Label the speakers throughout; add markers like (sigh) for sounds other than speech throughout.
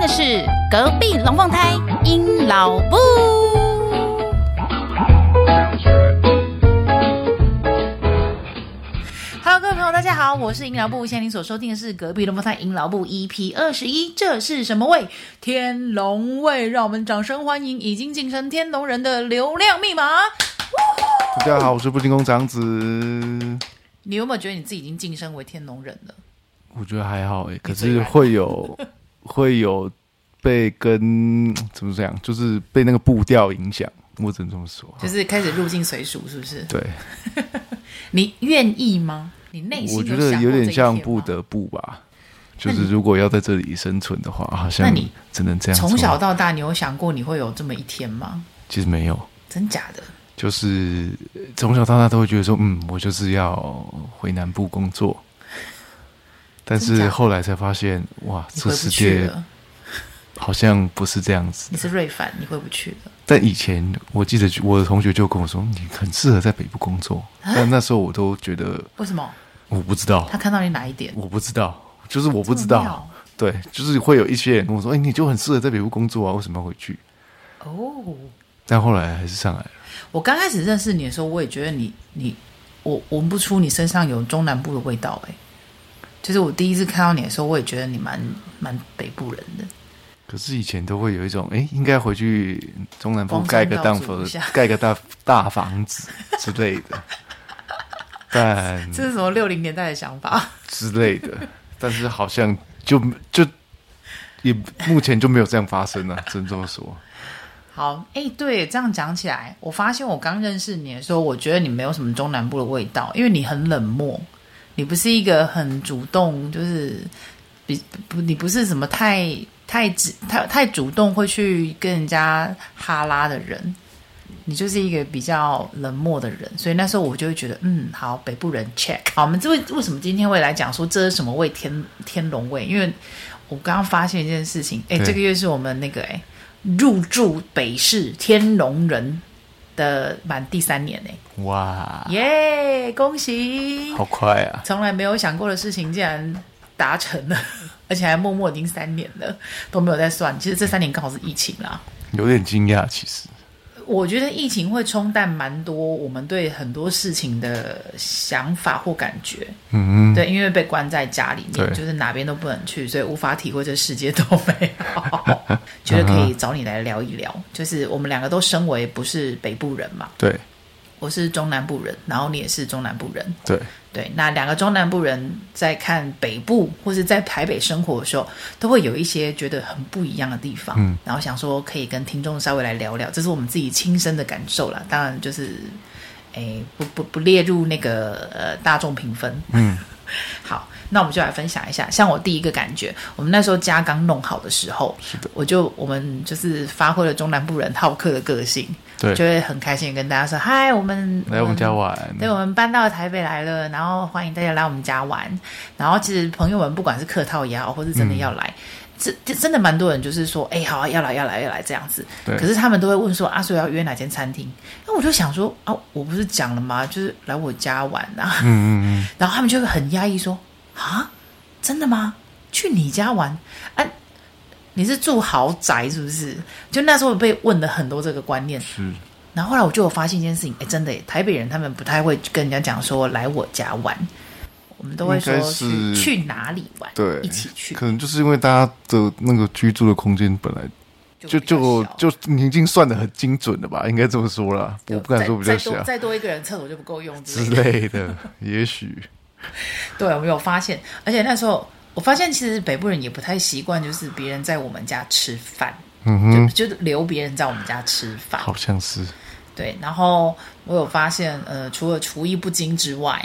Speaker 1: 的是隔壁龙凤胎鹰老布。Hello，各位朋友，大家好，我是银老布。现在您所收听的是隔壁龙凤胎银老布 EP 二十一，这是什么味？天龙味！让我们掌声欢迎已经晋升天龙人的流量密码。
Speaker 2: 大家好，我是布丁工长子。
Speaker 1: 你有没有觉得你自己已经晋升为天龙人了？
Speaker 2: 我觉得还好哎、可是会 (laughs) 有会有被跟怎么讲，就是被那个步调影响，我只能这么说。
Speaker 1: 就是开始入境随俗，是不是？
Speaker 2: 对，
Speaker 1: 你愿意吗？你内心
Speaker 2: 我觉
Speaker 1: 有
Speaker 2: 得
Speaker 1: 想
Speaker 2: 有
Speaker 1: 过这
Speaker 2: 点
Speaker 1: 一
Speaker 2: 像
Speaker 1: 天
Speaker 2: 不
Speaker 1: 吗嗯
Speaker 2: 得不吧。就是如果要在这里生存的话，好
Speaker 1: 那
Speaker 2: 像
Speaker 1: 你
Speaker 2: 只能这样做。
Speaker 1: 从小到大，你有想过你会有这么一天吗？
Speaker 2: 其实没有，
Speaker 1: 真假的？
Speaker 2: 就是呃从小到大都会觉得说，嗯，我就是要回南部工作。但
Speaker 1: 真假
Speaker 2: 是
Speaker 1: 的
Speaker 2: 后来才发现，哇，
Speaker 1: 你
Speaker 2: 这
Speaker 1: 回
Speaker 2: 世
Speaker 1: 不去
Speaker 2: 界
Speaker 1: 了。
Speaker 2: 好像不是这样子
Speaker 1: 你。是瑞凡，你回不去了。
Speaker 2: 但以前我记得我的同学就跟我说，你很适合在北部工作。但那时候我都觉得
Speaker 1: 为什么？
Speaker 2: 我不知道
Speaker 1: 他，看到你哪一点？
Speaker 2: 我不知道，就是我不知
Speaker 1: 这么
Speaker 2: 道。对，就是会有一些人跟我说，哎、你就很适合在北部工作啊，为什么要回去？
Speaker 1: 妙哦。
Speaker 2: 但后来还是上来了。
Speaker 1: 我刚开始认识你的时候，我也觉得你你我闻不出你身上有中南部的味道哎、就是我第一次看到你的时候，我也觉得你蛮蛮北部人的。
Speaker 2: 可是以前都会有一种，哎、应该回去中南部
Speaker 1: 光
Speaker 2: 盖
Speaker 1: 山
Speaker 2: 个
Speaker 1: 岛
Speaker 2: 大
Speaker 1: 住
Speaker 2: 房 (laughs)
Speaker 1: 一下，
Speaker 2: 盖个大大房子之类的，但
Speaker 1: 这是什么六零年代的想法？ (laughs)
Speaker 2: 之类的，但是好像就就也目前就没有这样发生了、啊只能这么说。
Speaker 1: 好，哎、对，这样讲起来，我发现我刚认识你的时候，我觉得你没有什么中南部的味道，因为你很冷漠，你不是一个很主动，就是比不，你不是什么太太直太太主动会去跟人家哈拉的人，你就是一个比较冷漠的人，所以那时候我就会觉得，嗯，好，北部人 check。好，我们这位为什么今天会来讲说这是什么味天天龙味？因为我刚刚发现一件事情，哎、
Speaker 2: 对
Speaker 1: 这个月是我们那个哎、入住北市天龙人的满第三年哎、
Speaker 2: 哇，
Speaker 1: 耶、恭喜！
Speaker 2: 好快啊！
Speaker 1: 从来没有想过的事情竟然达成了， (laughs) 而且还默默已经三年了都没有在算。其实这三年刚好是疫情啦，
Speaker 2: 有点惊讶，其实
Speaker 1: 我觉得疫情会冲淡蛮多我们对很多事情的想法或感觉。嗯对，因为被关在家里面，
Speaker 2: 对
Speaker 1: 就是哪边都不能去，所以无法体会这世界多美好。 (laughs) 觉得可以找你来聊一聊，就是我们两个都身为不是北部人嘛，
Speaker 2: 对
Speaker 1: 我是中南部人，然后你也是中南部人，
Speaker 2: 对，
Speaker 1: 对，那两个中南部人在看北部或是在台北生活的时候，都会有一些觉得很不一样的地方，
Speaker 2: 嗯
Speaker 1: 然后想说可以跟听众稍微来聊聊，这是我们自己亲身的感受啦。当然就是，诶，不不不列入那个呃大众评分。
Speaker 2: 嗯，
Speaker 1: 好，那我们就来分享一下，像我第一个感觉，我们那时候家刚弄好的时候，
Speaker 2: 是的，
Speaker 1: 我就我们就是发挥了中南部人好客的个性，
Speaker 2: 对
Speaker 1: 就，会很开心地跟大家说，嗨，我们嗯
Speaker 2: 来我们家玩，
Speaker 1: 对，我们搬到台北来了，然后欢迎大家来我们家玩。然后其实朋友们不管是客套也好，或是真的要来，
Speaker 2: 嗯
Speaker 1: 这这真的蛮多人就是说，哎、好、啊，要来要来要来这样子。
Speaker 2: 对
Speaker 1: 可是他们都会问说，阿、啊、所以要约哪间餐厅？那我就想说，啊，我不是讲了吗？就是来我家玩啊。
Speaker 2: 嗯嗯
Speaker 1: 然后他们就会很压抑说，啊，真的吗？去你家玩？啊，你是住豪宅是不是？就那时候被问了很多这个观念
Speaker 2: 嗯，。是，
Speaker 1: 然后后来我就有发现一件事情，哎，真的耶，台北人他们不太会跟人家讲说来我家玩，我们都会说
Speaker 2: 应该
Speaker 1: 去
Speaker 2: 是
Speaker 1: 去哪里玩，
Speaker 2: 对，
Speaker 1: 一起去，
Speaker 2: 可能就是因为大家的那个居住的空间本来就
Speaker 1: 比较
Speaker 2: 就
Speaker 1: 小
Speaker 2: 就你已经算的很精准了吧，应该这么说啦，我不敢说比较
Speaker 1: 再再
Speaker 2: 小
Speaker 1: 多再多一个人厕所就不够用之
Speaker 2: 之
Speaker 1: 类的。(laughs)
Speaker 2: 类的，也许
Speaker 1: 对，我们有发现，而且那时候我发现其实北部人也不太习惯，就是别人在我们家吃饭，
Speaker 2: 嗯
Speaker 1: 哼，就就是留别人在我们家吃饭，
Speaker 2: 好像是
Speaker 1: 对，然后我有发现，呃，除了厨艺不精之外，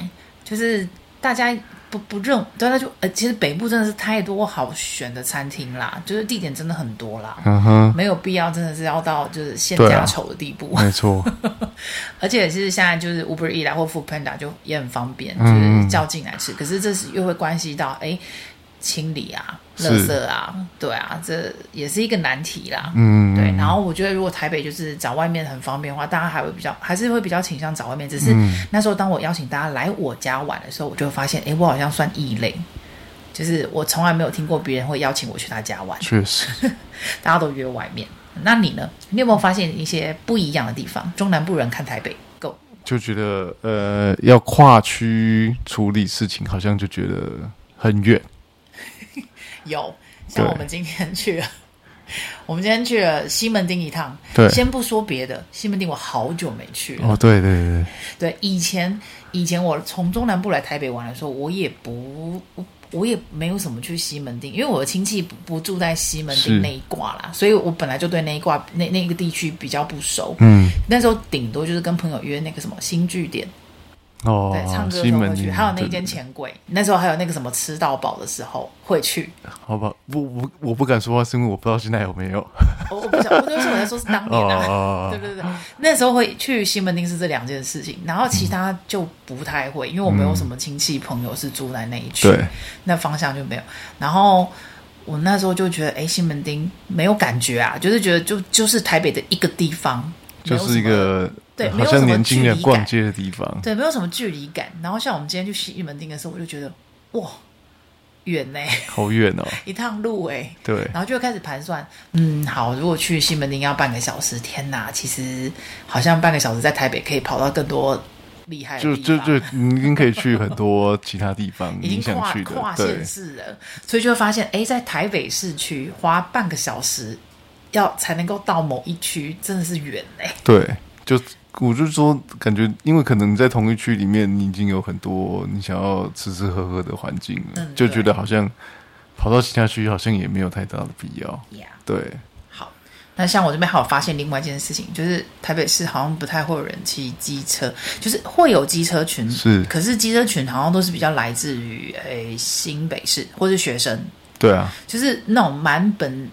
Speaker 1: 就是大家不不认，对，那就呃，其实北部真的是太多好选的餐厅啦，就是地点真的很多啦，
Speaker 2: 嗯哼，
Speaker 1: 没有必要真的是要到就是限
Speaker 2: 对
Speaker 1: 价
Speaker 2: 啊
Speaker 1: 丑的地步。
Speaker 2: 没 (laughs) 错，
Speaker 1: 而且其实现在就是 Uber E 啦或 Food Panda 就也很方便，
Speaker 2: 嗯
Speaker 1: 就是叫进来吃。可是这是又会关系到哎清理啊、垃
Speaker 2: 是
Speaker 1: 圾啊，对啊，这也是一个难题啦。
Speaker 2: 嗯，
Speaker 1: 对，然后我觉得如果台北就是找外面很方便的话，大家还会比较还是会比较倾向找外面。只是那时候当我邀请大家来我家玩的时候，我就会发现，哎，我好像算异类，就是我从来没有听过别人会邀请我去他家玩，
Speaker 2: 确实，
Speaker 1: 大家都约外面。那你呢？你有没有发现一些不一样的地方？中南部人看台北，Go，
Speaker 2: 就觉得呃，要跨区处理事情，好像就觉得很远。
Speaker 1: 有，像
Speaker 2: 对
Speaker 1: 我们今天去了， (laughs) 我们今天去了西门町一趟。
Speaker 2: 对
Speaker 1: 先不说别的，西门町我好久没去了。
Speaker 2: 哦，对对对，
Speaker 1: 对，以前以前我从中南部来台北玩的时候，我也不我我也没有什么去西门町，因为我的亲戚不不住在西门
Speaker 2: 是
Speaker 1: 町那一挂啦，所以我本来就对那一挂那那个地区比较不熟。
Speaker 2: 嗯，
Speaker 1: 那时候顶多就是跟朋友约那个什么新据点，
Speaker 2: 哦
Speaker 1: 对，，唱歌的
Speaker 2: 西
Speaker 1: 时候
Speaker 2: 门
Speaker 1: 会去，
Speaker 2: 町
Speaker 1: 还有那
Speaker 2: 对
Speaker 1: 间
Speaker 2: 对
Speaker 1: 钱柜，那时候还有那个什么吃到饱的时候会去。
Speaker 2: 好吧，我我我不敢说话，是因为我不知道现在有没
Speaker 1: (laughs)
Speaker 2: 有。
Speaker 1: 我我不想，我就是我在说是当年啊。
Speaker 2: 哦
Speaker 1: 对对对，那时候会去西门町是这两件事情，然后其他就不太会，因为我没有什么亲戚朋友是住在那一区，
Speaker 2: 嗯对，
Speaker 1: 那方向就没有。然后我那时候就觉得，哎，西门町没有感觉啊，就是觉得就就是台北的一个地方，
Speaker 2: 就
Speaker 1: 没有什
Speaker 2: 是
Speaker 1: 么
Speaker 2: 一个
Speaker 1: 对没有
Speaker 2: 好
Speaker 1: 什
Speaker 2: 像
Speaker 1: 么
Speaker 2: 年轻
Speaker 1: 距
Speaker 2: 人
Speaker 1: 离
Speaker 2: 逛
Speaker 1: 感
Speaker 2: 街的地方。
Speaker 1: 对，没有什么距离感。然后像我们今天去西门町的时候，我就觉得哇，远欸呢、
Speaker 2: 好远
Speaker 1: (laughs)
Speaker 2: 哦，
Speaker 1: 一趟路哎、
Speaker 2: 对，
Speaker 1: 然后就会开始盘算，嗯，好，如果去西门町要半个小时，天哪，其实好像半个小时在台北可以跑到更多厉害的
Speaker 2: 就
Speaker 1: 地
Speaker 2: 就
Speaker 1: 方
Speaker 2: 就你已经可以去很多其他地方
Speaker 1: 已
Speaker 2: 你
Speaker 1: 经
Speaker 2: 想
Speaker 1: 跨
Speaker 2: 去的
Speaker 1: 跨，
Speaker 2: 对
Speaker 1: 县，市了，所以就会发现，哎，在台北市区花半个小时要才能够到某一区，真的是远哎、
Speaker 2: 对，就我就说，感觉因为可能在同一区里面，你已经有很多你想要吃吃喝喝的环境了，
Speaker 1: 嗯
Speaker 2: 就
Speaker 1: 对
Speaker 2: 觉得好像跑到其他区好像也没有太大的必要。
Speaker 1: 呀、
Speaker 2: 对，
Speaker 1: 好，那像我这边还有发现另外一件事情，就是台北市好像不太会有人骑机车，就是会有机车群，
Speaker 2: 是
Speaker 1: 可是机车群好像都是比较来自于诶新北市或是学生，
Speaker 2: 对啊，
Speaker 1: 就是那种蛮本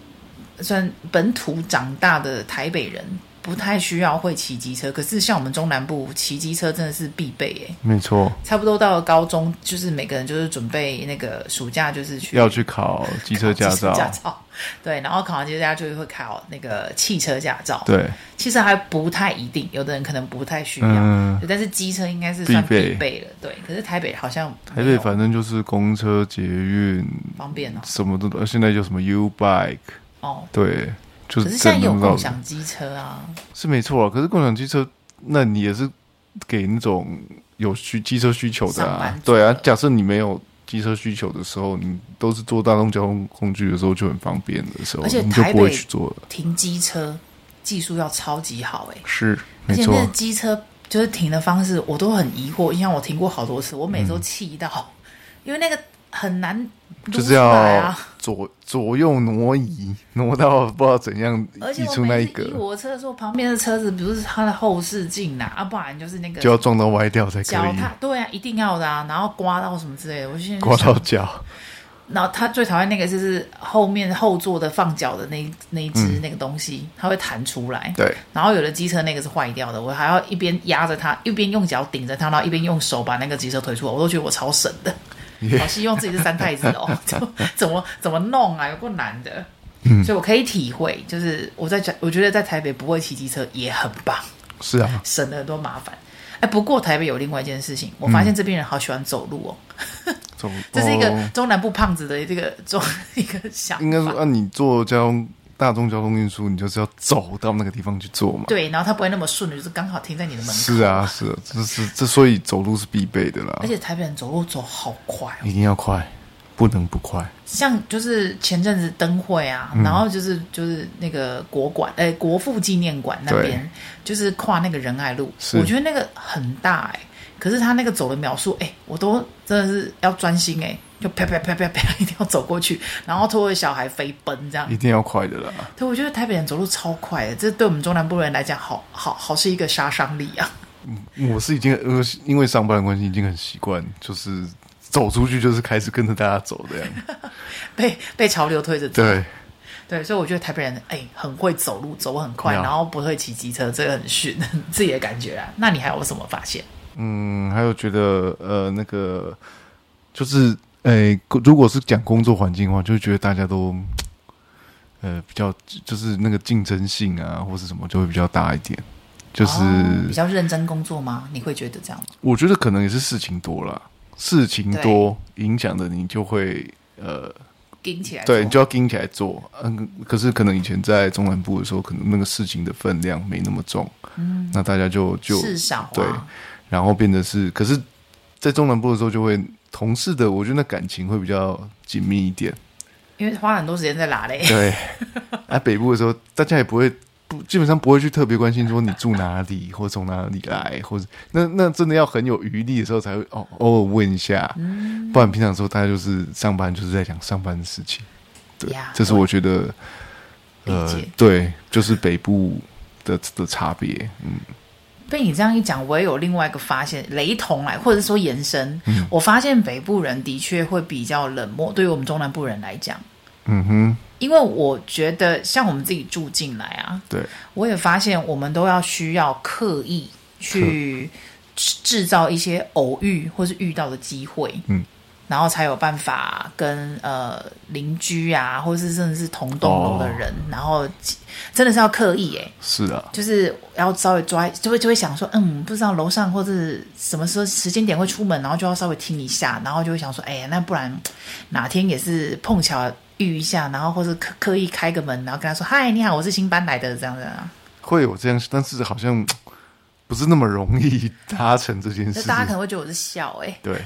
Speaker 1: 算本土长大的台北人。不太需要会骑机车，可是像我们中南部骑机车真的是必备诶、
Speaker 2: 没错，
Speaker 1: 差不多到了高中，就是每个人就是准备那个暑假就是去
Speaker 2: 要去考机车
Speaker 1: 考
Speaker 2: 驾照
Speaker 1: 机，车驾照，对，然后考完机车驾照就会考那个汽车驾照，
Speaker 2: 对，
Speaker 1: 其实还不太一定，有的人可能不太需要，
Speaker 2: 嗯，
Speaker 1: 对但是机车应该是算
Speaker 2: 必备
Speaker 1: 必备了，对。可是台北好像
Speaker 2: 台
Speaker 1: 没
Speaker 2: 北
Speaker 1: 有
Speaker 2: 反正就是公车、捷运
Speaker 1: 方便哦，
Speaker 2: 什么的，现在有什么 U Bike，
Speaker 1: 哦，
Speaker 2: 对，就
Speaker 1: 可
Speaker 2: 是
Speaker 1: 是现在也有
Speaker 2: 整弄到
Speaker 1: 共享机车啊，
Speaker 2: 是没错啊，可是共享机车，那你也是给那种有需机车需求的
Speaker 1: 上
Speaker 2: 啊
Speaker 1: 班。族
Speaker 2: 对啊
Speaker 1: 的，
Speaker 2: 假设你没有机车需求的时候，你都是坐大众交通工具的时候就很方便的时候，
Speaker 1: 而且
Speaker 2: 你就
Speaker 1: 台
Speaker 2: 不会
Speaker 1: 北
Speaker 2: 去做了。
Speaker 1: 停机车技术要超级好哎、
Speaker 2: 是，没
Speaker 1: 而且
Speaker 2: 错
Speaker 1: 那，机车就是停的方式，我都很疑惑，因为我停过好多次，我每次都气到，因为那个很难撸
Speaker 2: 嗯就是
Speaker 1: 出来
Speaker 2: 要
Speaker 1: 啊。
Speaker 2: 左左右挪移，挪到不知道怎样
Speaker 1: 而且
Speaker 2: 移
Speaker 1: 我
Speaker 2: 出那
Speaker 1: 每
Speaker 2: 一
Speaker 1: 次移
Speaker 2: 格，
Speaker 1: 我的车的时候，旁边的车子不是它的后视镜呐、啊，不然就是那个
Speaker 2: 就要撞到歪掉才可
Speaker 1: 脚
Speaker 2: 以，
Speaker 1: 踏，对啊，一定要的啊，然后刮到什么之类的。我现在
Speaker 2: 刮
Speaker 1: 就想
Speaker 2: 到脚。
Speaker 1: 然后他最讨厌那个就是后面后座的放脚的那一那一只那个东西，它会弹出来。
Speaker 2: 嗯对，
Speaker 1: 然后有的机车那个是坏掉的，我还要一边压着它，一边用脚顶着它，然后一边用手把那个机车推出来，我都觉得我超神的。
Speaker 2: 耶
Speaker 1: 好希望自己是三太子
Speaker 2: (laughs)
Speaker 1: 哦，就怎么怎么弄啊，有够难的。
Speaker 2: 嗯
Speaker 1: 所以我可以体会，就是我在我觉得在台北不会骑机车也很棒，
Speaker 2: 是啊，
Speaker 1: 省了很多麻烦。哎，不过台北有另外一件事情，我发现这边人好喜欢走路哦， (laughs)
Speaker 2: 走
Speaker 1: 这是一个
Speaker 2: 嗯哦
Speaker 1: 中南部胖子的这个中一个想法。
Speaker 2: 应该说，呃按你坐交通大众交通运输，你就是要走到那个地方去坐嘛。
Speaker 1: 对，然后他不会那么顺的，就是刚好停在你的门口。
Speaker 2: 是啊，是啊，这是这，所以走路是必备的啦
Speaker 1: 而，且台北人走路走好快哦，
Speaker 2: 一定要快，不能不快。
Speaker 1: 像就是前阵子灯会啊，
Speaker 2: 嗯
Speaker 1: 然后就是就是那个国馆，哎、国父纪念馆那边，就是跨那个仁爱路，
Speaker 2: 是
Speaker 1: 我觉得那个很大哎、可是他那个走的秒数，哎、我都真的是要专心哎、就啪啪啪啪 (laughs) 啪，一定要走过去，然后拖着小孩飞奔这样
Speaker 2: 一。定要快的啦，
Speaker 1: 对，我觉得台北人走路超快的，这对我们中南部人来讲，好好好是一个杀伤力啊。
Speaker 2: 我是已经呃，因为上班的关系，已经很习惯，就是走出去就是开始跟着大家走这样。
Speaker 1: 被被潮流推着走。
Speaker 2: 对，
Speaker 1: 对，所以我觉得台北人哎、很会走路，走很快，
Speaker 2: 对啊
Speaker 1: 然后不会骑机车，这个很逊， (laughs) 自己的感觉啊。那你还有什么发现？
Speaker 2: 嗯，还有觉得呃，那个就是诶、如果是讲工作环境的话，就觉得大家都呃比较就是那个竞争性啊，或是什么就会比较大一点，就是、
Speaker 1: 哦比较认真工作吗？你会觉得这样吗？
Speaker 2: 我觉得可能也是事情多啦，事情多影响的你就会呃，
Speaker 1: 盯起来做。
Speaker 2: 对，你就要盯起来做。嗯，可是可能以前在中南部的时候，可能那个事情的分量没那么重，嗯，那大家就就
Speaker 1: 事少啊
Speaker 2: 对然后变得是，可是，在中南部的时候就会同事的，我觉得那感情会比较紧密
Speaker 1: (laughs)
Speaker 2: 一点。
Speaker 1: 因为花很多时间在哪嘞？
Speaker 2: 对，在北部的时候，大家也不会不基本上不会去特别关心说你住哪里或从哪里来，或者那那真的要很有余力的时候才会哦偶尔问一下，
Speaker 1: 嗯
Speaker 2: 不然平常的时候大家就是上班就是在讲上班的事情。对
Speaker 1: 呀
Speaker 2: 这是我觉得呃
Speaker 1: (laughs) 理解
Speaker 2: 对，就是北部的的差别。嗯，
Speaker 1: 被你这样一讲，我也有另外一个发现，雷同来，或者说延伸。
Speaker 2: 嗯
Speaker 1: 我发现北部人的确会比较冷漠，对于我们中南部人来讲，
Speaker 2: 嗯哼，
Speaker 1: 因为我觉得像我们自己住进来啊，
Speaker 2: 对，
Speaker 1: 我也发现我们都要需要刻意去制造一些偶遇或是遇到的机会，
Speaker 2: 嗯，
Speaker 1: 然后才有办法跟呃邻居啊，或是甚至是同栋楼的人，然后真的是要刻意哎、
Speaker 2: 是啊，
Speaker 1: 就是要稍微抓，就会就会想说，嗯，不知道楼上或是什么时候时间点会出门，然后就要稍微听一下，然后就会想说，哎呀，那不然哪天也是碰巧遇一下，然后或是刻刻意开个门，然后跟他说，嗨，你好，我是新搬来的，这样子啊，
Speaker 2: 会有这样，但是好像不是那么容易达成这件
Speaker 1: 就
Speaker 2: 事
Speaker 1: 大家可
Speaker 2: 情。
Speaker 1: 能会觉得我是笑哎、
Speaker 2: 对，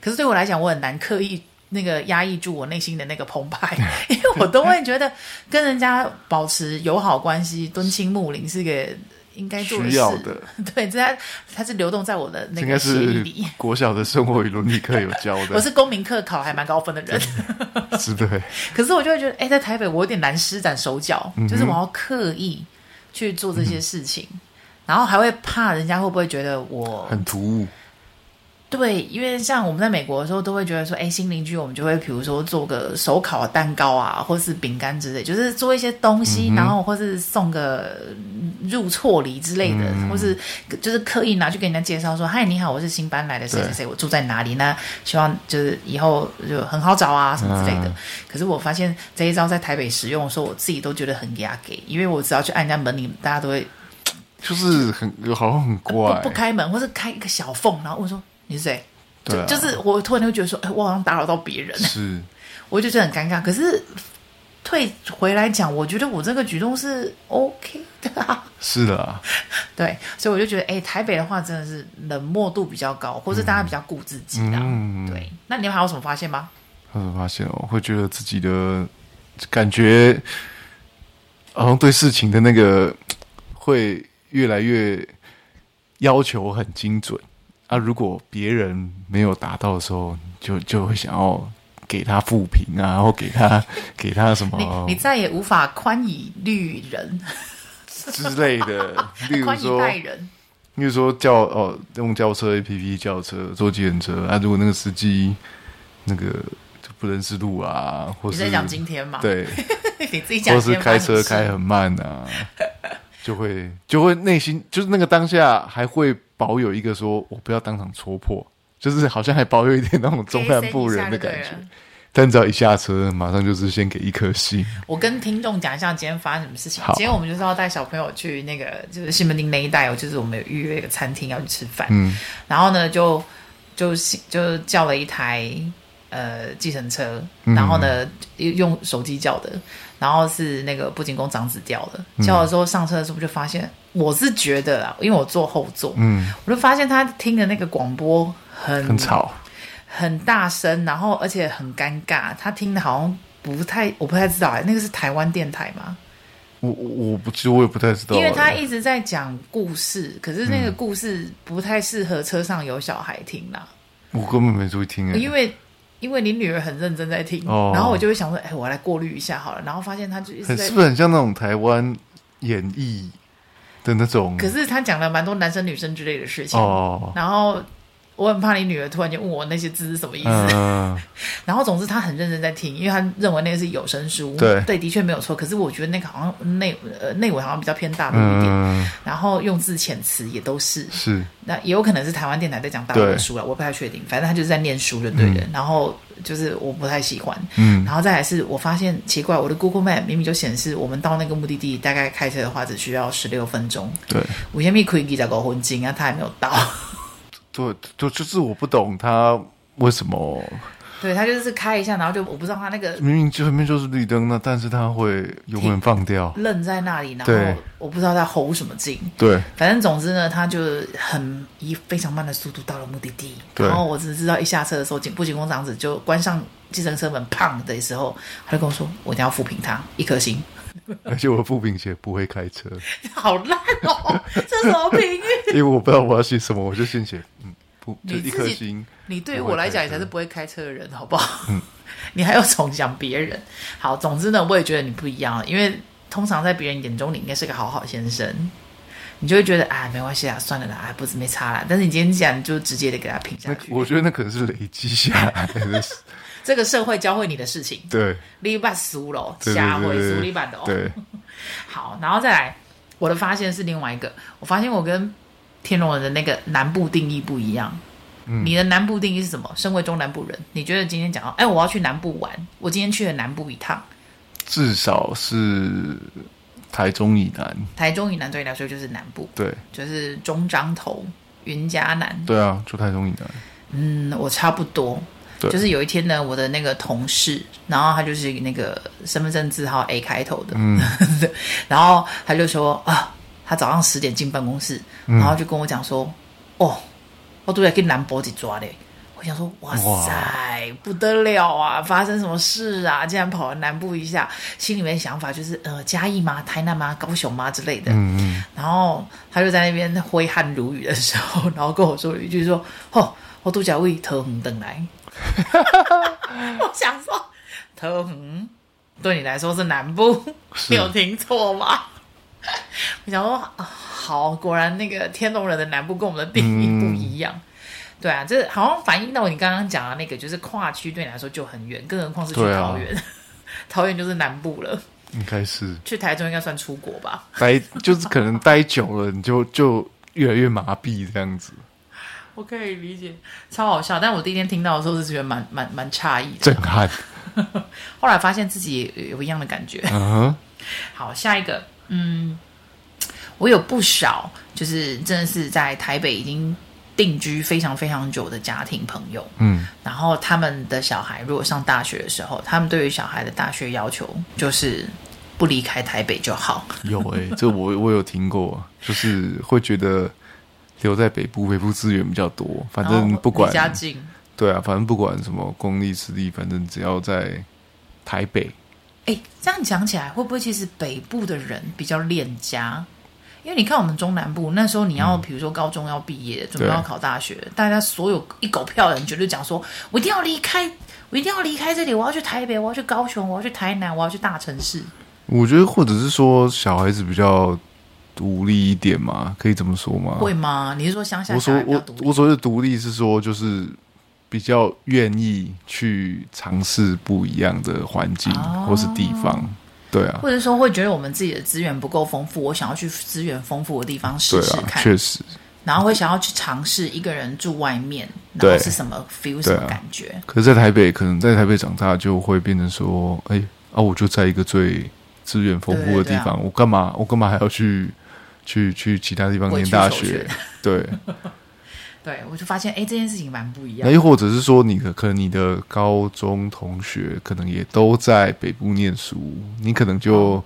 Speaker 1: 可是对我来讲，我很难刻意那个压抑住我内心的那个澎
Speaker 2: (laughs)
Speaker 1: 湃，因为我都会觉得跟人家保持友好关系，敦亲睦邻是个。应该做的
Speaker 2: 需
Speaker 1: 事，
Speaker 2: 要的。
Speaker 1: (laughs) 对，这它它是流动在我的那
Speaker 2: 这应
Speaker 1: 个
Speaker 2: 该
Speaker 1: 协议
Speaker 2: 是
Speaker 1: 里。
Speaker 2: 国小的生活与伦理课有教
Speaker 1: 我
Speaker 2: 的，
Speaker 1: 是公民课考还蛮高分的人，
Speaker 2: 是对，
Speaker 1: (laughs) 可是我就会觉得，哎、在台北我有点难施展手脚，
Speaker 2: 嗯
Speaker 1: 就是我要刻意去做这些事情，然后还会怕人家会不会觉得我
Speaker 2: 很突兀。
Speaker 1: 对，因为像我们在美国的时候，都会觉得说，哎，新邻居，我们就会比如说做个手烤蛋糕啊，或是饼干之类，就是做一些东
Speaker 2: 嗯
Speaker 1: 西，然后或是送个嗯入错礼之类的，
Speaker 2: 嗯
Speaker 1: 或是就是刻意拿去跟人家介绍说，嗨，你好，我是新搬来的谁谁
Speaker 2: 对
Speaker 1: 谁，我住在哪里，那希望就是以后就很好找啊，什么之类的。
Speaker 2: 嗯
Speaker 1: 可是我发现这一招在台北使用的时候，我自己都觉得很压给，因为我只要去按人家门铃，大家都会
Speaker 2: 就是很好像很怪，
Speaker 1: 不不开门，或是开一个小缝，然后问说你是谁？
Speaker 2: 对啊
Speaker 1: 就就是我突然会觉得说，哎、我好像打扰到别人， (laughs)
Speaker 2: 是
Speaker 1: 我就觉得很尴尬。可是退回来讲，我觉得我这个举动是 OK 的、 (laughs) 啊，
Speaker 2: 是的啊，
Speaker 1: 对，所以我就觉得，哎、台北的话真的是冷漠度比较高，或是大家比较顾自己啊。
Speaker 2: 嗯
Speaker 1: 对，那你们还有什么发现吗？
Speaker 2: 我怎么发现哦，会觉得自己的呃感觉好像对事情的那个会越来越要求很精准啊。如果别人没有达到的时候，就就会想要给他负评啊，然后给他给他什
Speaker 1: 你
Speaker 2: 么
Speaker 1: (laughs) 你再也无法宽以律人，
Speaker 2: 之类
Speaker 1: (laughs)
Speaker 2: 的，例如
Speaker 1: 宽以
Speaker 2: 说
Speaker 1: 待人，
Speaker 2: 例如说叫哦，用叫车 A P P 叫车，坐计程车啊。如果那个司机那个就不认识路啊，或
Speaker 1: 你
Speaker 2: 是
Speaker 1: 在讲今天嘛？，
Speaker 2: 对，
Speaker 1: (laughs) 你自己讲
Speaker 2: 或
Speaker 1: 今
Speaker 2: 是
Speaker 1: 天
Speaker 2: 开
Speaker 1: 发生
Speaker 2: 车
Speaker 1: 的事
Speaker 2: 开很慢啊， (laughs) 就会就会内心就是那个当下还会保有一个说我不要当场戳破，就是好像还保有一点那种中南部人的感
Speaker 1: 给一声一下
Speaker 2: 觉
Speaker 1: 就对了。
Speaker 2: 但只要一下车，马上就是先给一颗星。
Speaker 1: 我跟听众讲一下今天发生什么事情
Speaker 2: 好。
Speaker 1: 今天我们就是要带小朋友去那个就是西门町那一带哦，就是我们有预约一个餐厅要去吃饭，
Speaker 2: 嗯，
Speaker 1: 然后呢就就就叫了一台呃计程车，
Speaker 2: 嗯
Speaker 1: 然后呢用手机叫的，然后是那个布景宫长子叫
Speaker 2: 嗯
Speaker 1: 的，叫的时候上车的时候我就发现，我是觉得啊，因为我坐后座，
Speaker 2: 嗯，
Speaker 1: 我就发现他听的那个广播很
Speaker 2: 很吵，
Speaker 1: 很大声，然后而且很尴尬，他听的好像不太，我不太知道哎，那个是台湾电台吗？
Speaker 2: 我我我不其实我也不太知道欸，
Speaker 1: 因为他一直在讲故事，可是那个故事不太适合车上有小孩听啦，
Speaker 2: 我根本没注意听欸
Speaker 1: 因为。因为你女儿很认真在听，
Speaker 2: 哦
Speaker 1: 然后我就会想说，哎，我来过滤一下好了。然后发现她就一直
Speaker 2: 很
Speaker 1: 在，
Speaker 2: 是不是很像那种台湾演绎的那种？
Speaker 1: 可是她讲了蛮多男生女生之类的事情。
Speaker 2: 哦，
Speaker 1: 然后我很怕你女儿突然间问我那些字是什么意思。
Speaker 2: 嗯，
Speaker 1: 然后总之她很认真在听，因为她认为那个是有声书。
Speaker 2: 对
Speaker 1: 的确没有错。可是我觉得那个好像内呃内文好像比较偏大陆一点，
Speaker 2: 嗯，
Speaker 1: 然后用字遣词也都是。
Speaker 2: 是
Speaker 1: 那也有可能是台湾电台在讲大陆的
Speaker 2: 对
Speaker 1: 书啊了，我不太确定。反正他就是在念书就对了。然后就是我不太喜欢，
Speaker 2: 嗯
Speaker 1: 然后再来是我发现奇怪，我的 Google Map 明明就显示我们到那个目的地大概开车的话只需要十六分钟， (laughs)
Speaker 2: 对
Speaker 1: 我先咪可以在搞婚金
Speaker 2: (laughs)
Speaker 1: 啊，他还没有到。
Speaker 2: 对，就就是我不懂他为什么
Speaker 1: 对他就是开一下，然后就我不知道他那个
Speaker 2: 明明前面就是绿灯，那但是他会油门放掉，
Speaker 1: 愣在那里，然
Speaker 2: 对
Speaker 1: 后我不知道他吼什么劲。
Speaker 2: 对，
Speaker 1: 反正总之呢，他就很以非常慢的速度到了目的地。
Speaker 2: 对
Speaker 1: 然后我只知道一下车的时候，警布警工长子就关上计程车门，砰的时候，他就跟我说：“我一定要扶贫他一颗星。 (laughs)
Speaker 2: 而且我副评写不会开车，” (laughs)
Speaker 1: 好烂哦，这什么评语？
Speaker 2: 因为我不知道我要写什么，我就先写嗯不就
Speaker 1: 你自己
Speaker 2: 一颗星，
Speaker 1: 你对于
Speaker 2: 不会
Speaker 1: 我来
Speaker 2: 开
Speaker 1: 讲，你
Speaker 2: 车
Speaker 1: 才是不会开车的人，好不好？ (laughs) 你还要总想别人。好，总之呢，我也觉得你不一样，因为通常在别人眼中，你应该是个好好先生，你就会觉得哎，没关系啊，算了啦，哎，不是没差啦。但是你今天既然就直接的给他评下
Speaker 2: 那
Speaker 1: 去，
Speaker 2: 我觉得那可能是累积下来的，
Speaker 1: 这个社会教会你的事情，
Speaker 2: 对，
Speaker 1: 你把输了，
Speaker 2: 对
Speaker 1: 下
Speaker 2: 对
Speaker 1: 回
Speaker 2: 对
Speaker 1: 输你
Speaker 2: 对
Speaker 1: 版的哦。
Speaker 2: 对，
Speaker 1: 好，然后再来，我的发现是另外一个，我发现我跟天龙人的那个南部定义不一样。
Speaker 2: 嗯
Speaker 1: 你的南部定义是什么？身为中南部人，你觉得今天讲到，哎，我要去南部玩，我今天去了南部一趟，
Speaker 2: 至少是台中以南，
Speaker 1: 台中以南对你来说就是南部，
Speaker 2: 对
Speaker 1: 就是中彰头、云嘉南。
Speaker 2: 对啊，就台中以南，
Speaker 1: 嗯，我差不多。
Speaker 2: 对
Speaker 1: 就是有一天呢，我的那个同事，然后他就是那个身份证字号 A 开头的， (laughs)
Speaker 2: 嗯
Speaker 1: 然后他就说啊，他早上十点进办公室，
Speaker 2: 嗯
Speaker 1: 然后就跟我讲说，哦，我都在跟南博子抓嘞。我想说，哇塞，不得了啊！发生什么事啊？竟然跑到南部一下，心里面想法就是，呃，嘉义吗？台南吗？高雄吗？之类的。
Speaker 2: 嗯嗯，
Speaker 1: 然后他就在那边挥汗如雨的时候，然后跟我说了一句说：“哦，我都脚为头红等
Speaker 2: (laughs)
Speaker 1: 来。”我想说，头红对你来说是南部，
Speaker 2: 是
Speaker 1: 你有听错吗？我想说，啊好，果然那个天龙人的南部跟我们的定义不一
Speaker 2: 嗯
Speaker 1: 样。对啊，这好像反映到你刚刚讲的那个，就是跨区对你来说就很远，更何况是去
Speaker 2: 对啊
Speaker 1: 桃园。桃园就是南部了，
Speaker 2: 应该是
Speaker 1: 去台中应该算出国吧？
Speaker 2: 待，就是可能待久了，你就就越来越麻痹这样子，
Speaker 1: 我可以理解，超好笑。但我第一天听到的时候是觉得蛮蛮蛮诧异的，
Speaker 2: 震撼，
Speaker 1: 后来发现自己也有一样的感觉。
Speaker 2: 嗯哼，
Speaker 1: 好，下一个，嗯，我有不少就是真的是在台北已经定居非常非常久的家庭朋友，
Speaker 2: 嗯，
Speaker 1: 然后他们的小孩如果上大学的时候，他们对于小孩的大学要求就是不离开台北就好。
Speaker 2: (laughs) 有诶、这我我有听过，就是会觉得留在北部，北部资源比较多，反正
Speaker 1: 然后
Speaker 2: 不管
Speaker 1: 离哦家近，
Speaker 2: 对啊，反正不管什么公立私立，反正只要在台北，
Speaker 1: 哎，这样讲起来，会不会其实北部的人比较恋家？因为你看我们中南部那时候，你要、
Speaker 2: 嗯
Speaker 1: 比如说高中要毕业，准备要考大学，大家所有一狗票的人绝对讲说，我一定要离开，我一定要离开这里，我要去台北，我要去高雄，我要去台南，我要去大城市。
Speaker 2: 我觉得或者是说小孩子比较独立一点嘛，可以这么说吗？
Speaker 1: 会吗？你是说乡下
Speaker 2: 我
Speaker 1: 小
Speaker 2: 哦所
Speaker 1: 孩比较
Speaker 2: 我
Speaker 1: 独立
Speaker 2: 我所谓的独立是说，就是比较愿意去尝试不一样的环境
Speaker 1: 哦
Speaker 2: 或是地方，对啊，
Speaker 1: 或者说会觉得我们自己的资源不够丰富，我想要去资源丰富的地方试
Speaker 2: 对
Speaker 1: 试
Speaker 2: 啊，
Speaker 1: 看，
Speaker 2: 确实，
Speaker 1: 然后会想要去尝试一个人住外面，然
Speaker 2: 对
Speaker 1: 后是什么 feel 什么
Speaker 2: 对啊
Speaker 1: 感觉？
Speaker 2: 可是，在台北，可能在台北长大就会变成说，哎、啊，我就在一个最资源丰富
Speaker 1: 对
Speaker 2: 的地
Speaker 1: 对啊
Speaker 2: 方，我干嘛，我干嘛还要去去去其他地方
Speaker 1: 委
Speaker 2: 念
Speaker 1: 曲
Speaker 2: 大
Speaker 1: 求 (laughs)
Speaker 2: 学
Speaker 1: 全？
Speaker 2: 对，
Speaker 1: 对我就发现，哎，这件事情蛮不一样
Speaker 2: 那
Speaker 1: 的。
Speaker 2: 又或者是说，你可可能你的高中同学可能也都在北部念书，你可能就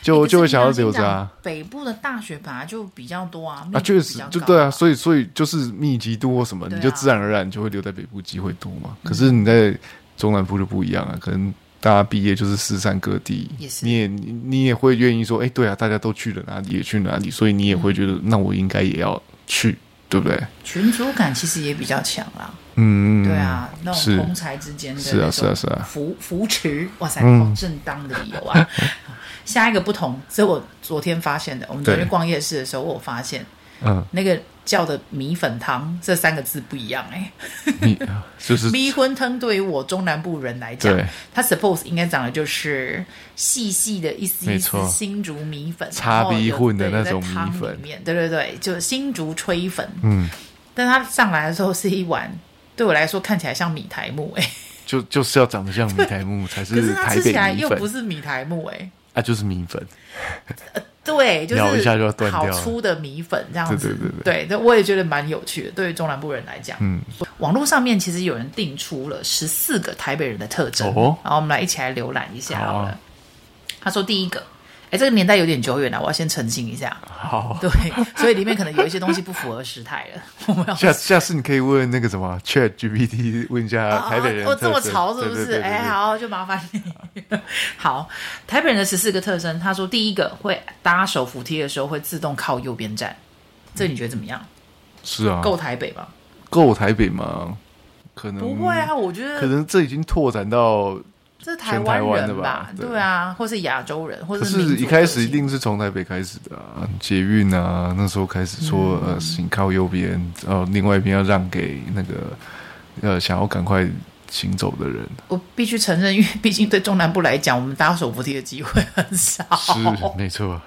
Speaker 2: 就
Speaker 1: 哦哎可是
Speaker 2: 就会想要
Speaker 1: 你
Speaker 2: 留
Speaker 1: 刚刚
Speaker 2: 着啊。
Speaker 1: 讲北部的大学本来就比较多啊，
Speaker 2: 啊，
Speaker 1: 密度
Speaker 2: 确
Speaker 1: 比
Speaker 2: 实
Speaker 1: 较，
Speaker 2: 就
Speaker 1: 高
Speaker 2: 对啊，所以所以就是密集度或什么，
Speaker 1: 对啊
Speaker 2: 你就自然而然就会留在北部机会多嘛。可是你在中南部就不一样啊，可能大家毕业就是四散各地
Speaker 1: 也，是
Speaker 2: 你也你你也会愿意说，哎，对啊，大家都去了哪里也去哪里，所以你也会觉得，那我应该也要去，对不对？
Speaker 1: 群组感其实也比较强啦。
Speaker 2: 嗯，
Speaker 1: 对，啊，那种
Speaker 2: 是
Speaker 1: 同才之间的
Speaker 2: 是啊
Speaker 1: 那种
Speaker 2: 是啊是啊
Speaker 1: 扶扶持，哇塞，
Speaker 2: 嗯
Speaker 1: 好正当的理由
Speaker 2: (laughs)
Speaker 1: 啊。下一个不同，这我昨天发现的。我们昨天
Speaker 2: 对
Speaker 1: 去逛夜市的时候，我有发现
Speaker 2: 嗯，
Speaker 1: 那个叫的米粉汤这三个字不一样哎、
Speaker 2: 你就是
Speaker 1: 迷魂汤对于我中南部人来讲
Speaker 2: 对，
Speaker 1: 它 suppose 应该长的就是细细的一丝一
Speaker 2: 没
Speaker 1: 丝
Speaker 2: 错
Speaker 1: 新竹米粉，
Speaker 2: 叉
Speaker 1: 然后
Speaker 2: B
Speaker 1: 有
Speaker 2: 混
Speaker 1: 对
Speaker 2: 的
Speaker 1: 有
Speaker 2: 那
Speaker 1: 在
Speaker 2: 种米
Speaker 1: 汤里
Speaker 2: 粉
Speaker 1: 面对对对，就是新竹炊粉。
Speaker 2: 嗯，
Speaker 1: 但它上来的时候是一碗，对我来说看起来像米苔木哎、
Speaker 2: 就就是要长得像米苔木才
Speaker 1: 可是它
Speaker 2: 台
Speaker 1: 吃起来
Speaker 2: 北米
Speaker 1: 又不
Speaker 2: 粉
Speaker 1: 是米苔木哎、
Speaker 2: 啊，就是米粉，
Speaker 1: 对，就是
Speaker 2: 咬一下就要断掉
Speaker 1: 好
Speaker 2: 了
Speaker 1: 粗的米粉这样子。
Speaker 2: 对对对
Speaker 1: 对，
Speaker 2: 对
Speaker 1: 那我也觉得蛮有趣的，对于中南部人来讲。
Speaker 2: 嗯，
Speaker 1: 网络上面其实有人定出了十四个台北人的特征，
Speaker 2: 哦
Speaker 1: 然后我们来一起来浏览一下好了。
Speaker 2: 好啊
Speaker 1: 他说第一个，哎，这个年代有点久远了，我要先澄清一下。
Speaker 2: 好，
Speaker 1: 对，所以里面可能有一些东西不符合时态了，我
Speaker 2: (laughs)
Speaker 1: 们要
Speaker 2: 下下次你可以问那个什么 Chat GPT 问一下啊台北人
Speaker 1: 哦，
Speaker 2: 的
Speaker 1: 哦这么
Speaker 2: 特征
Speaker 1: 潮是不
Speaker 2: 对对
Speaker 1: 是？
Speaker 2: 对对
Speaker 1: 哎，
Speaker 2: 对
Speaker 1: 好，就麻烦你。 (laughs) 好，台北人的十四个特征，他说第一个会搭手扶梯的时候会自动靠右边站，这你觉得怎么样？
Speaker 2: 是啊，
Speaker 1: 够台北吗？
Speaker 2: 够台北吗？可能
Speaker 1: 不会，啊，我觉
Speaker 2: 嗯可
Speaker 1: 得
Speaker 2: 能这已经拓展到，
Speaker 1: 这是台
Speaker 2: 全台
Speaker 1: 湾
Speaker 2: 湾的
Speaker 1: 人
Speaker 2: 吧对
Speaker 1: 对啊，或是亚洲人，或
Speaker 2: 可
Speaker 1: 者
Speaker 2: 是一开始一定是从台北开始的啊，捷运啊，那时候开始说、
Speaker 1: 嗯
Speaker 2: 呃，请靠右边，然后另外一边要让给那个呃想要赶快行走的人，
Speaker 1: 我必须承认，因为毕竟对中南部来讲，我们搭手扶梯的机会很少。
Speaker 2: 是没错，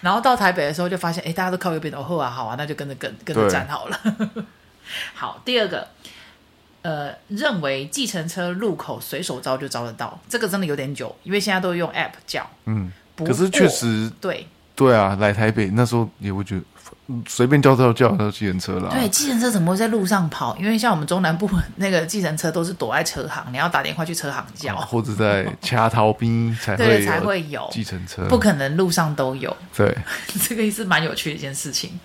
Speaker 1: 然后到台北的时候就发现，哎，大家都靠右边，哦，呵啊，好啊，那就跟着跟跟着
Speaker 2: 对
Speaker 1: 站好了。好，第二个，呃，认为计程车路口随手招就招得到，这个真的有点久，因为现在都用 App 叫。
Speaker 2: 嗯，
Speaker 1: 不
Speaker 2: 可是
Speaker 1: 过
Speaker 2: 确实
Speaker 1: 对
Speaker 2: 对啊，来台北那时候也会觉得嗯随便叫叫叫叫计程车啦，
Speaker 1: 对，计程车怎么会在路上跑？因为像我们中南部那个计程车都是躲在车行，你要打电话去车行叫，
Speaker 2: 或者在掐逃兵才
Speaker 1: 对，
Speaker 2: 啊会
Speaker 1: 才
Speaker 2: 有
Speaker 1: 会有，
Speaker 2: 计程车，
Speaker 1: 不可能路上都有。 (laughs)
Speaker 2: 对，
Speaker 1: 这个也是蛮有趣的一件事情。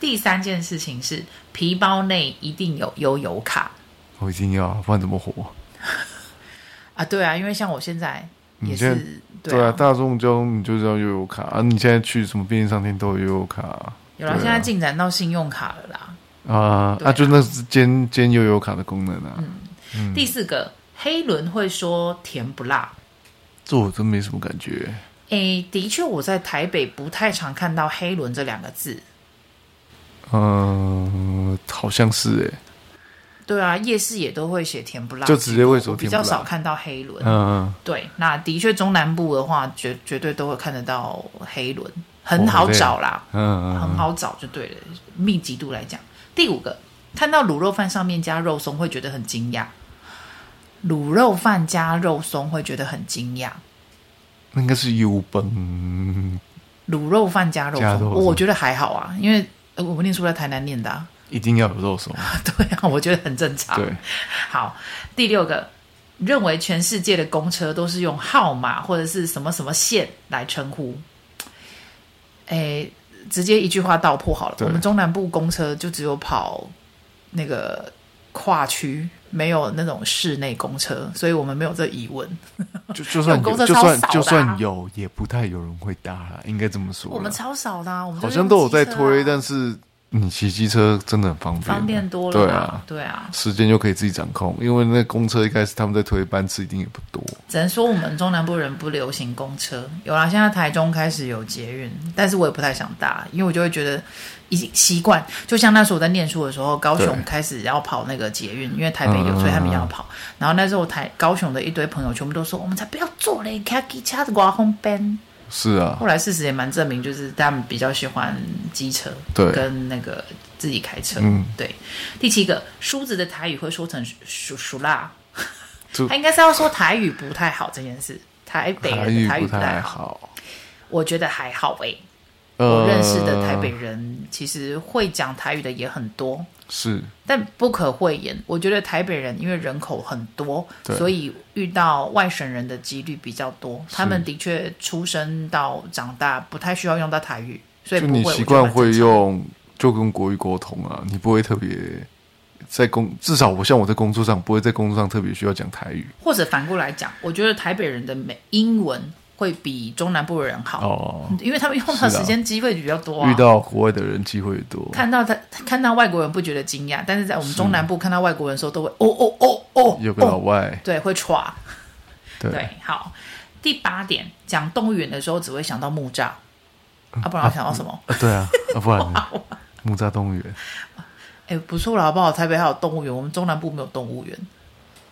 Speaker 1: 第三件事情是，皮包内一定有悠游卡
Speaker 2: 我一定要，不然怎么活？
Speaker 1: 啊，对啊，因为像我现在也
Speaker 2: 你现在
Speaker 1: 是
Speaker 2: 对啊，
Speaker 1: 啊，
Speaker 2: 大众交通你就知道悠游卡啊，你现在去什么便利商店都有悠游卡啊
Speaker 1: 有了，
Speaker 2: 对啊
Speaker 1: 现在进展到信用卡了啦。
Speaker 2: 啊，
Speaker 1: 对啊嗯
Speaker 2: 啊就那是兼兼悠游卡的功能啊，
Speaker 1: 第四个，黑轮会说甜不辣。
Speaker 2: 这我真没什么感觉。
Speaker 1: 诶，的确，我在台北不太常看到“黑轮”这两个字。
Speaker 2: 嗯，好像是
Speaker 1: 对啊，夜市也都会写甜不辣，
Speaker 2: 就直接会说
Speaker 1: 我比
Speaker 2: 甜不
Speaker 1: 较
Speaker 2: 辣
Speaker 1: 少看到黑轮
Speaker 2: 哎，。嗯，
Speaker 1: 对，那的确中南部的话，绝绝对都会看得到黑轮，
Speaker 2: 哦
Speaker 1: 很好
Speaker 2: 啊
Speaker 1: 找啦。
Speaker 2: 嗯
Speaker 1: 很好找就对了，密集度来讲。第五个，看到卤肉饭上面加肉松会觉得很惊讶，卤肉饭加肉松会觉得很惊讶，
Speaker 2: 那应该是 U 本，
Speaker 1: 卤肉饭加肉松，
Speaker 2: 加肉松
Speaker 1: 我觉得还好啊，因为呃我念书在台南念的、啊，
Speaker 2: 一定要有
Speaker 1: (laughs)
Speaker 2: 肉松，
Speaker 1: 对啊，我觉得很正常。
Speaker 2: 对，
Speaker 1: 好，第六个，认为全世界的公车都是用号码或者是什么什么线来称呼，诶，直接一句话道破好了。
Speaker 2: 对
Speaker 1: 我们中南部公车就只有跑那个跨区，没有那种室内公车，所以我们没有这疑问。
Speaker 2: 就就算
Speaker 1: 用公
Speaker 2: 有
Speaker 1: 车
Speaker 2: 就
Speaker 1: 超
Speaker 2: 算
Speaker 1: 少的啊
Speaker 2: 就算有，也不太有人会搭啦，应该这么说啦。
Speaker 1: 我们超少的啊、我们就
Speaker 2: 好
Speaker 1: 是
Speaker 2: 像都有在
Speaker 1: 用机车啊
Speaker 2: 推，但是你骑机车真的很方便，
Speaker 1: 方便多了
Speaker 2: 对
Speaker 1: 啦
Speaker 2: 啊，
Speaker 1: 对啊，
Speaker 2: 时间就可以自己掌控，因为那公车一开始他们在推班次一定也不多。
Speaker 1: 只能说我们中南部人不流行公车，有啦，现在台中开始有捷运，但是我也不太想搭，因为我就会觉得已经习惯。就像那时候我在念书的时候，高雄
Speaker 2: 对
Speaker 1: 开始要跑那个捷运，因为台北有，
Speaker 2: 嗯
Speaker 1: 所以他们也要跑。然后那时候台高雄的一堆朋友全部都说，我们才不要坐嘞，开机车的刮风 ban。
Speaker 2: 是啊，
Speaker 1: 后来事实也蛮证明，就是他们比较喜欢机车，
Speaker 2: 对
Speaker 1: 跟那个自己开车。
Speaker 2: 嗯
Speaker 1: 对。第七个，梳子的台语会说成熟熟辣，(laughs)
Speaker 2: 就
Speaker 1: 他应该是要说台语不太好这件事，台北
Speaker 2: 台
Speaker 1: 人的
Speaker 2: 语
Speaker 1: 台语
Speaker 2: 不
Speaker 1: 不太
Speaker 2: 太
Speaker 1: 好，
Speaker 2: 好。
Speaker 1: 我觉得还好诶、
Speaker 2: 呃
Speaker 1: 我认识的台北人其实会讲台语的也很多，
Speaker 2: 是
Speaker 1: 但不可讳言，我觉得台北人因为人口很多，
Speaker 2: 对
Speaker 1: 所以遇到外省人的几率比较多。他们的确出生到长大不太需要用到台语，所以
Speaker 2: 就
Speaker 1: 不会
Speaker 2: 你
Speaker 1: 我觉得
Speaker 2: 习惯
Speaker 1: 蛮
Speaker 2: 会
Speaker 1: 正常
Speaker 2: 用，就跟国语沟通啊，你不会特别在工，至少我像我在工作上不会在工作上特别需要讲台语
Speaker 1: 或者反过来讲，我觉得台北人的美英文会比中南部的人好，
Speaker 2: 哦。
Speaker 1: 因为他们用的
Speaker 2: 是啊
Speaker 1: 时间机会比较多、啊，
Speaker 2: 遇到国外的人机会多，
Speaker 1: 看到他看到外国人不觉得惊讶，但是在我们中南部看到外国人的时候，都会哦哦哦哦，
Speaker 2: 有个老
Speaker 1: 哦
Speaker 2: 外，
Speaker 1: 对会歘，
Speaker 2: 对
Speaker 1: 对，好。第八点，讲动物园的时候只会想到木栅，啊，不然我想到什么？
Speaker 2: 嗯啊
Speaker 1: (laughs)
Speaker 2: 对啊，啊不然呢木栅动物园，
Speaker 1: 哎、不错了，好不好？台北还有动物园，我们中南部没有动物园，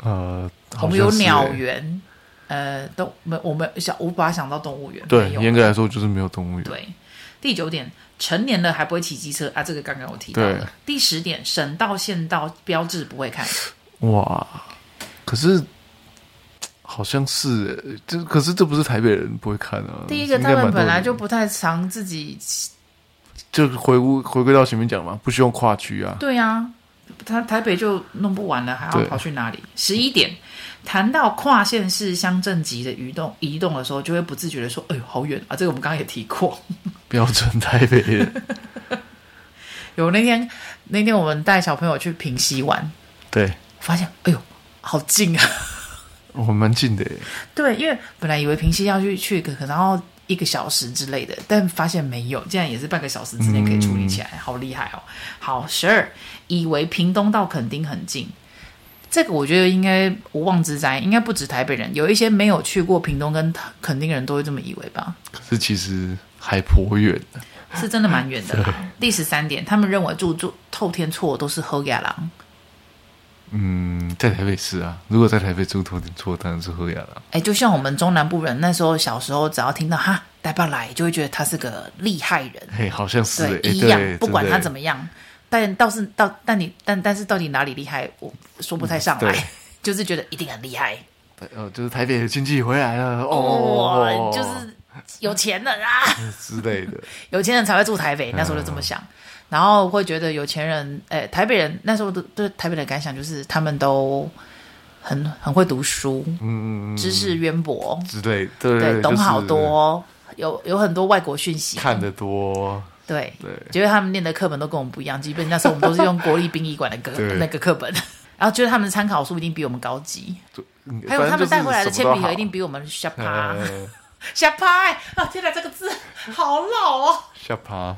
Speaker 2: 呃，
Speaker 1: 我
Speaker 2: 好
Speaker 1: 们
Speaker 2: 像
Speaker 1: 有
Speaker 2: 是
Speaker 1: 鸟
Speaker 2: 欸，
Speaker 1: 园，呃，动没我们想我把它想到动物园，
Speaker 2: 对，
Speaker 1: 没有啊
Speaker 2: 严格来说就是没有动物园，
Speaker 1: 对。第九点，成年了还不会骑机车啊，这个刚刚我提到
Speaker 2: 对
Speaker 1: 了。第十点，省道、县道标志不会看，
Speaker 2: 哇，可是好像是、欸，这可是这不是台北人不会看啊。
Speaker 1: 第一个，
Speaker 2: 应
Speaker 1: 他
Speaker 2: 该蛮
Speaker 1: 们
Speaker 2: 多
Speaker 1: 本来
Speaker 2: 人
Speaker 1: 就不太常自己，
Speaker 2: 就回屋回归到前面讲嘛，不希望跨区啊。
Speaker 1: 对啊，他台北就弄不完了，还要
Speaker 2: 对
Speaker 1: 跑去哪里？十一点，谈到跨县市乡镇级的移动移动的时候，就会不自觉的说：“哎呦，好远啊！”这个我们刚刚也提过。 (laughs)
Speaker 2: 标准台北人，
Speaker 1: 有那天，那天我们带小朋友去平溪玩，
Speaker 2: 对
Speaker 1: 发现，哎呦，好近啊！
Speaker 2: 我蛮近的欸，
Speaker 1: 对，因为本来以为平溪要去去个，可能要一个小时之类的，但发现没有，竟然也是半个小时之内可以处理起来，好厉害哦！好，十二，以为屏东到垦丁很近，这个我觉得应该无妄之灾，应该不止台北人，有一些没有去过屏东跟垦丁人都会这么以为吧。
Speaker 2: 可是其实还颇远的。
Speaker 1: 是真的蛮远的啦。 (laughs) 第十三点，他们认为住住透天厝都是喝亚郎，
Speaker 2: 嗯，在台北市啊，如果在台北住头顶错，当然是喝雅了。
Speaker 1: 哎，就像我们中南部人那时候小时候，只要听到哈台北来，就会觉得他是个厉害人，
Speaker 2: 嘿，好像是欸
Speaker 1: 对，
Speaker 2: 哎，
Speaker 1: 一样，
Speaker 2: 对
Speaker 1: 不管他
Speaker 2: 真的
Speaker 1: 怎么样，但倒是到但你但但是到底哪里厉害，我说不太上来，
Speaker 2: 嗯对
Speaker 1: (laughs) 就是觉得一定很厉害，
Speaker 2: 呃，就是台北的亲戚回来了哦
Speaker 1: 哦，，就是有钱人啊， (laughs)
Speaker 2: 之类的。
Speaker 1: 有钱人才会住台
Speaker 2: 嗯
Speaker 1: 北，那时候就这么想，然后会觉得有钱人，哎，台北人那时候都对台北的感想就是他们都很很会读书，
Speaker 2: 嗯，
Speaker 1: 知识渊博，
Speaker 2: 之类，对
Speaker 1: 对，懂好，
Speaker 2: 就是
Speaker 1: 多。有有很多外国讯息，
Speaker 2: 看得多，
Speaker 1: 对，
Speaker 2: 对
Speaker 1: 觉得他们念的课本都跟我们不一样，基本那时候我们都是用国立殡仪馆的 (laughs) 课
Speaker 2: 对
Speaker 1: 那个课本，然后觉得他们的参考书一定比我们高级，
Speaker 2: 嗯
Speaker 1: 还有他们带回来的铅笔盒一。定
Speaker 2: 反正就是什么都好
Speaker 1: 比我们下趴
Speaker 2: 嗯
Speaker 1: 下趴、欸，啊天哪，这个字好老哦。
Speaker 2: 下趴，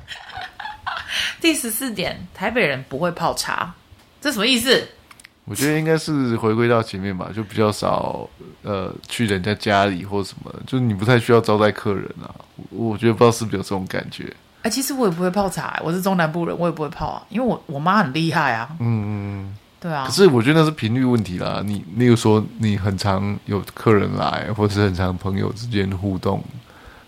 Speaker 1: 第十四点，台北人不会泡茶，这什么意思？
Speaker 2: 我觉得应该是回归到前面吧，就比较少呃去人家家里或什么，就是你不太需要招待客人啊。我我觉得不知道是不是有这种感觉，
Speaker 1: 哎、其实我也不会泡茶、哎我是中南部人，我也不会泡啊，因为我我妈很厉害啊，
Speaker 2: 嗯。
Speaker 1: 对啊
Speaker 2: 可，是我觉得那是频率问题啦。你，例如说你很常有客人来，或者是很常朋友之间互动，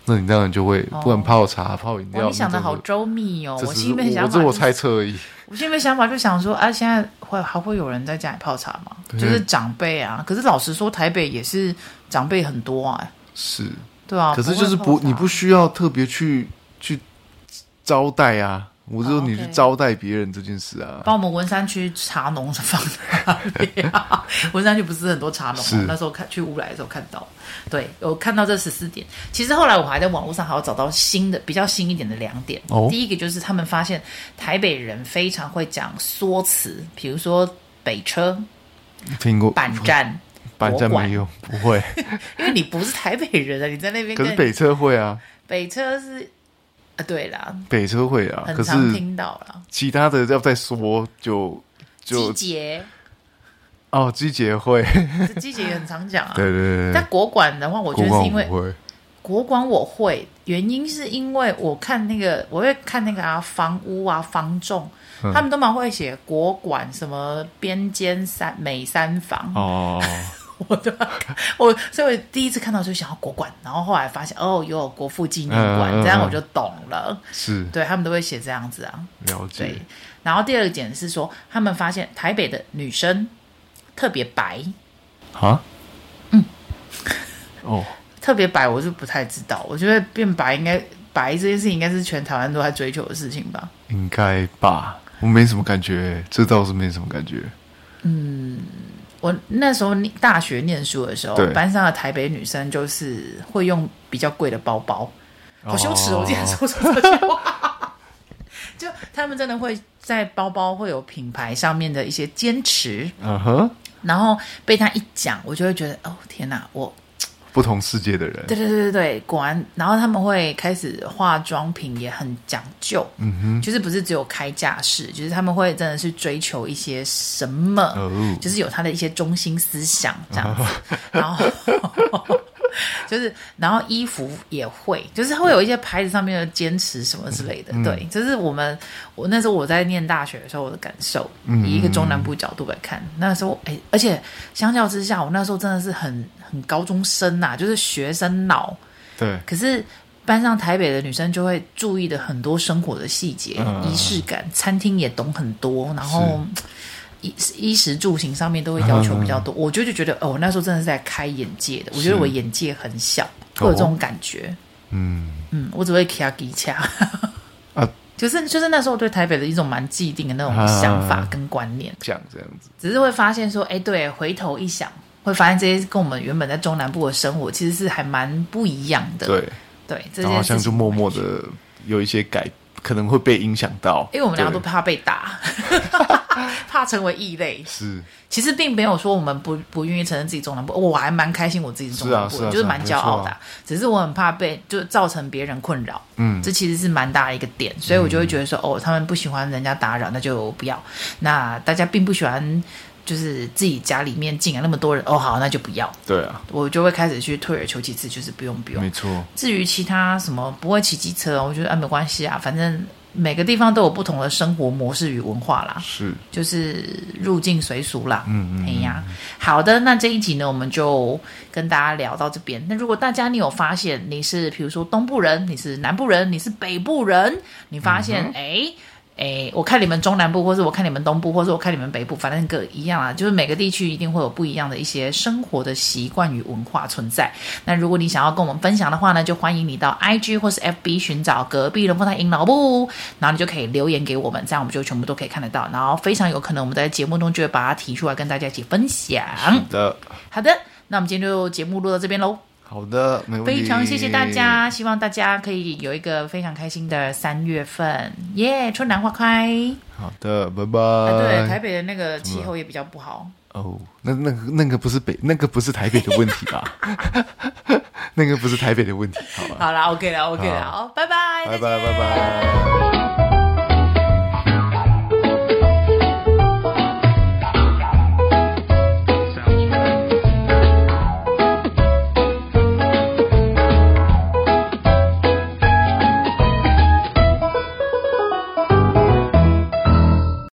Speaker 2: 那你当然就会
Speaker 1: 哦
Speaker 2: 不管泡茶、泡饮
Speaker 1: 哇，
Speaker 2: 料，
Speaker 1: 你想的好
Speaker 2: 那
Speaker 1: 周密哦，
Speaker 2: 这
Speaker 1: 我
Speaker 2: 只
Speaker 1: 心
Speaker 2: 是
Speaker 1: 里面想
Speaker 2: 我
Speaker 1: 法、
Speaker 2: 这
Speaker 1: 就
Speaker 2: 我
Speaker 1: 是
Speaker 2: 猜测而已。
Speaker 1: 我心里面想法就想说，啊，现在会还会有人在家里泡茶吗？
Speaker 2: 对
Speaker 1: 就是长辈啊。可是老实说，台北也是长辈很多啊，
Speaker 2: 是，
Speaker 1: 对啊。
Speaker 2: 可是就是
Speaker 1: 不
Speaker 2: 不
Speaker 1: 会，泡茶
Speaker 2: 你不需要特别去去招待啊。我是说
Speaker 1: 哦
Speaker 2: 你去
Speaker 1: OK
Speaker 2: 招待别人这件事啊。
Speaker 1: 把我们文山区茶农是放在哪里啊？文山区不是很多茶农
Speaker 2: 是
Speaker 1: 吗？那时候看去乌来的时候看到，对，有看到这十四点。其实后来我还在网络上还有找到新的比较新一点的两点。
Speaker 2: 哦
Speaker 1: 第一个就是他们发现台北人非常会讲缩词，比如说北车、
Speaker 2: 听过
Speaker 1: 板
Speaker 2: (laughs)
Speaker 1: 站，
Speaker 2: 板站
Speaker 1: 博馆
Speaker 2: 没有？不会，
Speaker 1: 因为你不是台北人啊，你 (laughs) 在那边
Speaker 2: 可
Speaker 1: 跟
Speaker 2: 是北车会啊，
Speaker 1: 北车是啊，对啦，
Speaker 2: 北车会啊。
Speaker 1: 很
Speaker 2: 可
Speaker 1: 常
Speaker 2: 是
Speaker 1: 听到啦。
Speaker 2: 其他的要再说就
Speaker 1: 季
Speaker 2: 就
Speaker 1: 节，
Speaker 2: 哦，季节会，
Speaker 1: 这季节也很常讲啊。
Speaker 2: 对对对对
Speaker 1: 但。国馆的话，我觉得是因为
Speaker 2: 不会，
Speaker 1: 国馆我会，原因是因为我看那个，我会看那个啊，房屋啊，房仲，
Speaker 2: 嗯
Speaker 1: 他们都蛮会写国馆什么边间三美三房，
Speaker 2: (laughs) 哦，
Speaker 1: 我都要看 (laughs) 我，所以我第一次看到就想要国馆，然后后来发现哦，有国父纪念馆，
Speaker 2: 嗯嗯嗯
Speaker 1: 这样我就懂了。
Speaker 2: 是
Speaker 1: 对他们都会写这样子啊。
Speaker 2: 了
Speaker 1: 对
Speaker 2: 解，，
Speaker 1: 然后第二个点是说，他们发现台北的女生特别白，
Speaker 2: 啊， (laughs) 嗯，哦，
Speaker 1: 特别白，我是不太知道。我觉得变白应该白这件事情应该是全台湾都在追求的事情吧。
Speaker 2: 应该吧，我没什么感觉，这倒是没什么感觉，
Speaker 1: 我那时候念大学念书的时候
Speaker 2: 对，
Speaker 1: 班上的台北女生就是会用比较贵的包包，好羞耻哦！我竟然说出这句话。 (laughs) 就他们真的会在包包会有品牌上面的一些坚持，
Speaker 2: 嗯哼，
Speaker 1: 然后被他一讲，我就会觉得哦天哪，我
Speaker 2: 不同世界的人，
Speaker 1: 对对对对对，果然，然后他们会开始化妆品也很讲究，
Speaker 2: 嗯哼，
Speaker 1: 就是不是只有开架式，就是他们会真的是追求一些什么，
Speaker 2: 哦
Speaker 1: 就是有他的一些中心思想这样子，然后就是然后衣服也会，就是会有一些牌子上面的坚持什么之类的，对，这是我们我那时候我在念大学的时候我的感受，以一个中南部角度来看，那时候哎，而且相较之下，我那时候真的是很很高中生呐、就是学生脑，
Speaker 2: 对，
Speaker 1: 可是搬上台北的女生就会注意的很多生活的细节、
Speaker 2: 嗯
Speaker 1: 仪式感，餐厅也懂很多，然后。衣衣食住行上面都会要求比较多，我就就觉得哦，我那时候真的是在开眼界的，我觉得
Speaker 2: 嗯是
Speaker 1: 我眼界很小，会有这种感觉。
Speaker 2: 嗯，
Speaker 1: 嗯，我只会卡吉卡。
Speaker 2: 啊
Speaker 1: (laughs) 就是就是那时候对台北的一种蛮既定的那种想法跟观念，
Speaker 2: 讲这样子，
Speaker 1: 只是会发现说，哎，对，回头一想，会发现这些跟我们原本在中南部的生活其实是还蛮不一样的。
Speaker 2: 对，
Speaker 1: 对，这
Speaker 2: 然后好
Speaker 1: 些
Speaker 2: 像
Speaker 1: 事
Speaker 2: 就
Speaker 1: 情，
Speaker 2: 默默的有一些改，可能会被影响到，
Speaker 1: 因为我们两个都
Speaker 2: 对
Speaker 1: 怕被
Speaker 2: (laughs)
Speaker 1: 打，怕成为异类。
Speaker 2: 是
Speaker 1: 其实并没有说我们不不愿意承认自己中南部，我还蛮开心我自己是中南部
Speaker 2: 是啊是
Speaker 1: 人，
Speaker 2: 啊
Speaker 1: 就是蛮骄傲
Speaker 2: 是
Speaker 1: 的啊。
Speaker 2: 啊
Speaker 1: 只是我很怕被就造成别人困扰，
Speaker 2: 嗯
Speaker 1: 这其实是蛮大的一个点，所以我就会觉得说，哦，他们不喜欢人家打扰，那就不要。那大家并不喜欢。就是自己家里面进来那么多人，哦好，那就不要，
Speaker 2: 对啊，
Speaker 1: 我就会开始去退而求其次，就是不用不用
Speaker 2: 没。错，
Speaker 1: 至于其他什么不会骑机车，我觉得啊没关系啊，反正每个地方都有不同的生活模式与文化啦。
Speaker 2: 是
Speaker 1: 就是入境随俗啦。
Speaker 2: 嗯嗯
Speaker 1: 哎呀，好的，那这一集呢，我们就跟大家聊到这边。那如果大家你有发现你是，比如说东部人，你是南部人，你是北部人，你发现
Speaker 2: 嗯
Speaker 1: 哎。诶诶我看你们中南部，或是我看你们东部，或是我看你们北部，反正各一样啊，就是每个地区一定会有不一样的一些生活的习惯与文化存在。那如果你想要跟我们分享的话呢，就欢迎你到 IG 或是 FB 寻找隔壁龙凤胎银老部，然后你就可以留言给我们，这样我们就全部都可以看得到。然后非常有可能我们在节目中就会把它提出来跟大家一起分享。
Speaker 2: 的，
Speaker 1: 好的，那我们今天就节目录到这边喽，
Speaker 2: 好的，没问题，
Speaker 1: 非常谢谢大，家，希望大家可以有一个非常开心的三月份，耶、春暖花开。
Speaker 2: 好的，拜
Speaker 1: 啊，对，台
Speaker 2: 拜，
Speaker 1: 北的那个气候也比较不好。
Speaker 2: 哦，那那个那个不是北，那个不是台北的问题吧？ (laughs) 那个不是台北的问题，好吧，
Speaker 1: 好啦，OK 了，OK 了，
Speaker 2: 好
Speaker 1: 哦拜拜，
Speaker 2: 拜
Speaker 1: 再
Speaker 2: 拜，
Speaker 1: 见
Speaker 2: 拜拜。